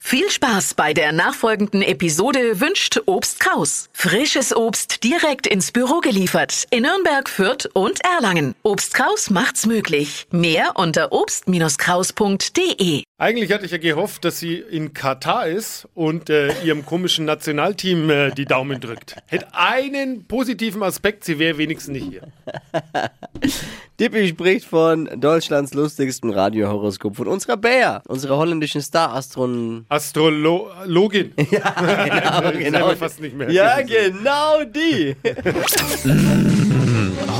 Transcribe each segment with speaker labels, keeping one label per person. Speaker 1: Viel Spaß bei der nachfolgenden Episode wünscht Obst Kraus. Frisches Obst direkt ins Büro geliefert in Nürnberg, Fürth und Erlangen. Obst Kraus macht's möglich. Mehr unter obst-kraus.de.
Speaker 2: Eigentlich hatte ich ja gehofft, dass sie in Katar ist und äh, ihrem komischen Nationalteam äh, die Daumen drückt. Hätte einen positiven Aspekt, sie wäre wenigstens nicht hier.
Speaker 3: Dippi spricht von Deutschlands lustigstem Radiohoroskop von unserer Bär, unserer holländischen Star-Astronomie.
Speaker 2: Astrologin.
Speaker 3: Genau,
Speaker 2: Selber fast nicht mehr.
Speaker 3: Ja, genau die.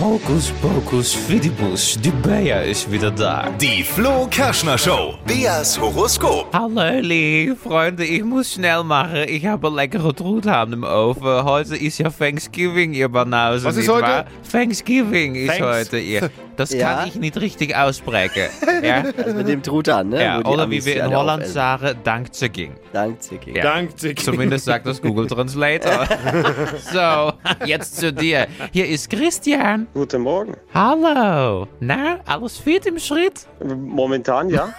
Speaker 4: Hocus pocus fidibus, die Bea ist wieder da.
Speaker 5: Die Flo Kerschner Show. Beas Horoskop.
Speaker 4: Hallo, liebe Freunde, ich muss schnell machen. Ich habe leckere Truthahn im Ofen. Heute ist ja Thanksgiving, ihr Banausen.
Speaker 2: Was ist
Speaker 4: nicht
Speaker 2: heute?
Speaker 4: wahr? Thanksgiving ist
Speaker 2: Thanks-
Speaker 4: heute, ihr. Das
Speaker 3: Ja?
Speaker 4: kann ich nicht richtig aussprechen. ja?
Speaker 3: Also mit dem Truthahn, ne?
Speaker 4: ja,
Speaker 3: Wo die
Speaker 4: oder
Speaker 3: Amis
Speaker 4: wie wir
Speaker 3: alle
Speaker 4: in Holland
Speaker 3: aufessen.
Speaker 4: sagen, Dankzeging.
Speaker 3: Dank, Zicki.
Speaker 4: Ja.
Speaker 2: Dank dir.
Speaker 4: Zumindest sagt das Google Translator. so, jetzt zu dir. Hier ist Christian.
Speaker 6: Guten Morgen.
Speaker 4: Hallo. Na, alles fit im Schritt?
Speaker 6: Momentan ja.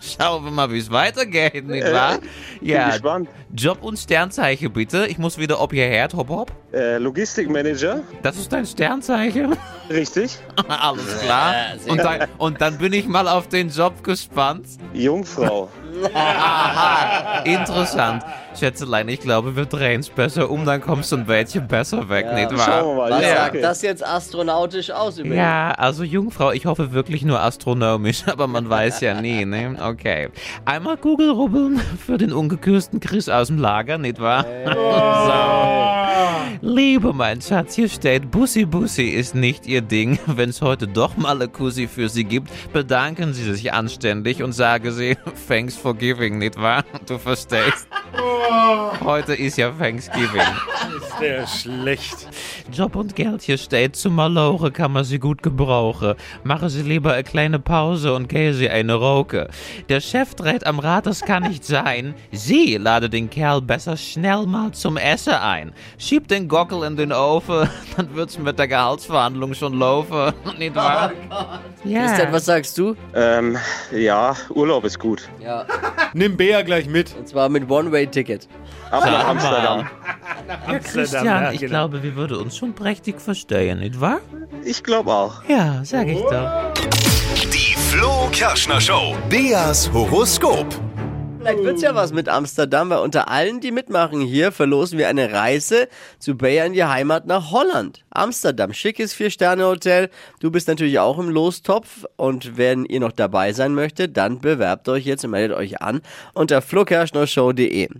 Speaker 4: Schauen wir mal, wie es weitergeht, nicht
Speaker 6: Äh,
Speaker 4: wahr?
Speaker 6: Bin
Speaker 4: Ja,
Speaker 6: gespannt.
Speaker 4: Job und Sternzeichen bitte. Ich muss wieder ob ihr Herd, hopp hopp.
Speaker 6: Äh, Logistikmanager,
Speaker 4: Das ist dein Sternzeichen.
Speaker 6: richtig.
Speaker 4: Alles klar. Und dann, und dann bin ich mal auf den Job gespannt.
Speaker 6: Jungfrau.
Speaker 4: Aha, interessant. Schätzelein, ich glaube, wir drehen's besser um, dann kommst du ein Wäldchen besser weg,
Speaker 3: Ja,
Speaker 4: nicht
Speaker 6: Schauen wir
Speaker 4: wahr?
Speaker 6: mal.
Speaker 3: Was
Speaker 6: ja,
Speaker 3: sagt
Speaker 6: okay.
Speaker 3: das jetzt astronautisch aus übrigens?
Speaker 4: Ja, also Jungfrau, ich hoffe wirklich nur astronomisch, aber man weiß ja nie, ne? Okay. Einmal Google rubbeln für den ungekürzten Chris aus dem Lager, nicht wahr? So. Liebe mein Schatz, hier steht, Bussi Bussi ist nicht ihr Ding. Wenn es heute doch mal eine Kussi für sie gibt, bedanken sie sich anständig und sagen sie, thanks for giving, nicht wahr? Du verstehst. Heute ist ja Thanksgiving.
Speaker 2: Ist der schlecht.
Speaker 4: Job und Geld hier steht, zu Malore kann man sie gut gebrauchen. Machen Sie lieber eine kleine Pause und gehen Sie eine Roke. Der Chef dreht am Rad, das kann nicht sein. Sie lade den Kerl besser schnell mal zum Essen ein. Schieb den Gockel in den Ofen, dann wird's mit der Gehaltsverhandlung schon laufen. Nicht wahr?
Speaker 2: Oh
Speaker 4: Ja.
Speaker 3: Christian, was sagst du?
Speaker 6: Ähm, ja, Urlaub ist gut.
Speaker 3: Ja.
Speaker 2: Nimm Bea gleich mit.
Speaker 3: Und zwar mit One-Way-Ticket.
Speaker 6: Ab nach
Speaker 4: Sag mal.
Speaker 6: Amsterdam.
Speaker 4: Ja,
Speaker 2: Amsterdam,
Speaker 4: Christian,
Speaker 2: ja,
Speaker 4: ich
Speaker 2: genau.
Speaker 4: glaube, wir würden uns schon prächtig verstehen, nicht wahr?
Speaker 6: Ich glaube auch.
Speaker 4: Ja, sag ich
Speaker 2: Oh.
Speaker 4: doch.
Speaker 5: Die Flo Kerschner Show. Beas Horoskop.
Speaker 3: Vielleicht wird's ja was mit Amsterdam, weil unter allen, die mitmachen hier, verlosen wir eine Reise zu Bayer in die Heimat nach Holland. Amsterdam, schickes Vier-Sterne-Hotel. Du bist natürlich auch im Lostopf und wenn ihr noch dabei sein möchtet, dann bewerbt euch jetzt und meldet euch an unter flokerschnershow.de.